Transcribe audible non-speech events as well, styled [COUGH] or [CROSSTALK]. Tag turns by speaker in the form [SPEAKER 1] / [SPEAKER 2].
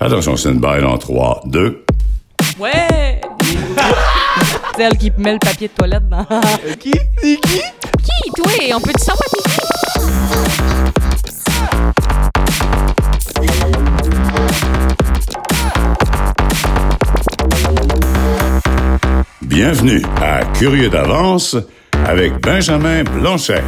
[SPEAKER 1] Attention, c'est une balle en 3, 2.
[SPEAKER 2] Ouais! [LAUGHS] c'est elle qui met le papier de toilette dans.
[SPEAKER 3] Qui? C'est qui?
[SPEAKER 4] Qui, toi? On peut-tu savoir qui?
[SPEAKER 1] Bienvenue à Curieux d'avance avec Benjamin Blanchet.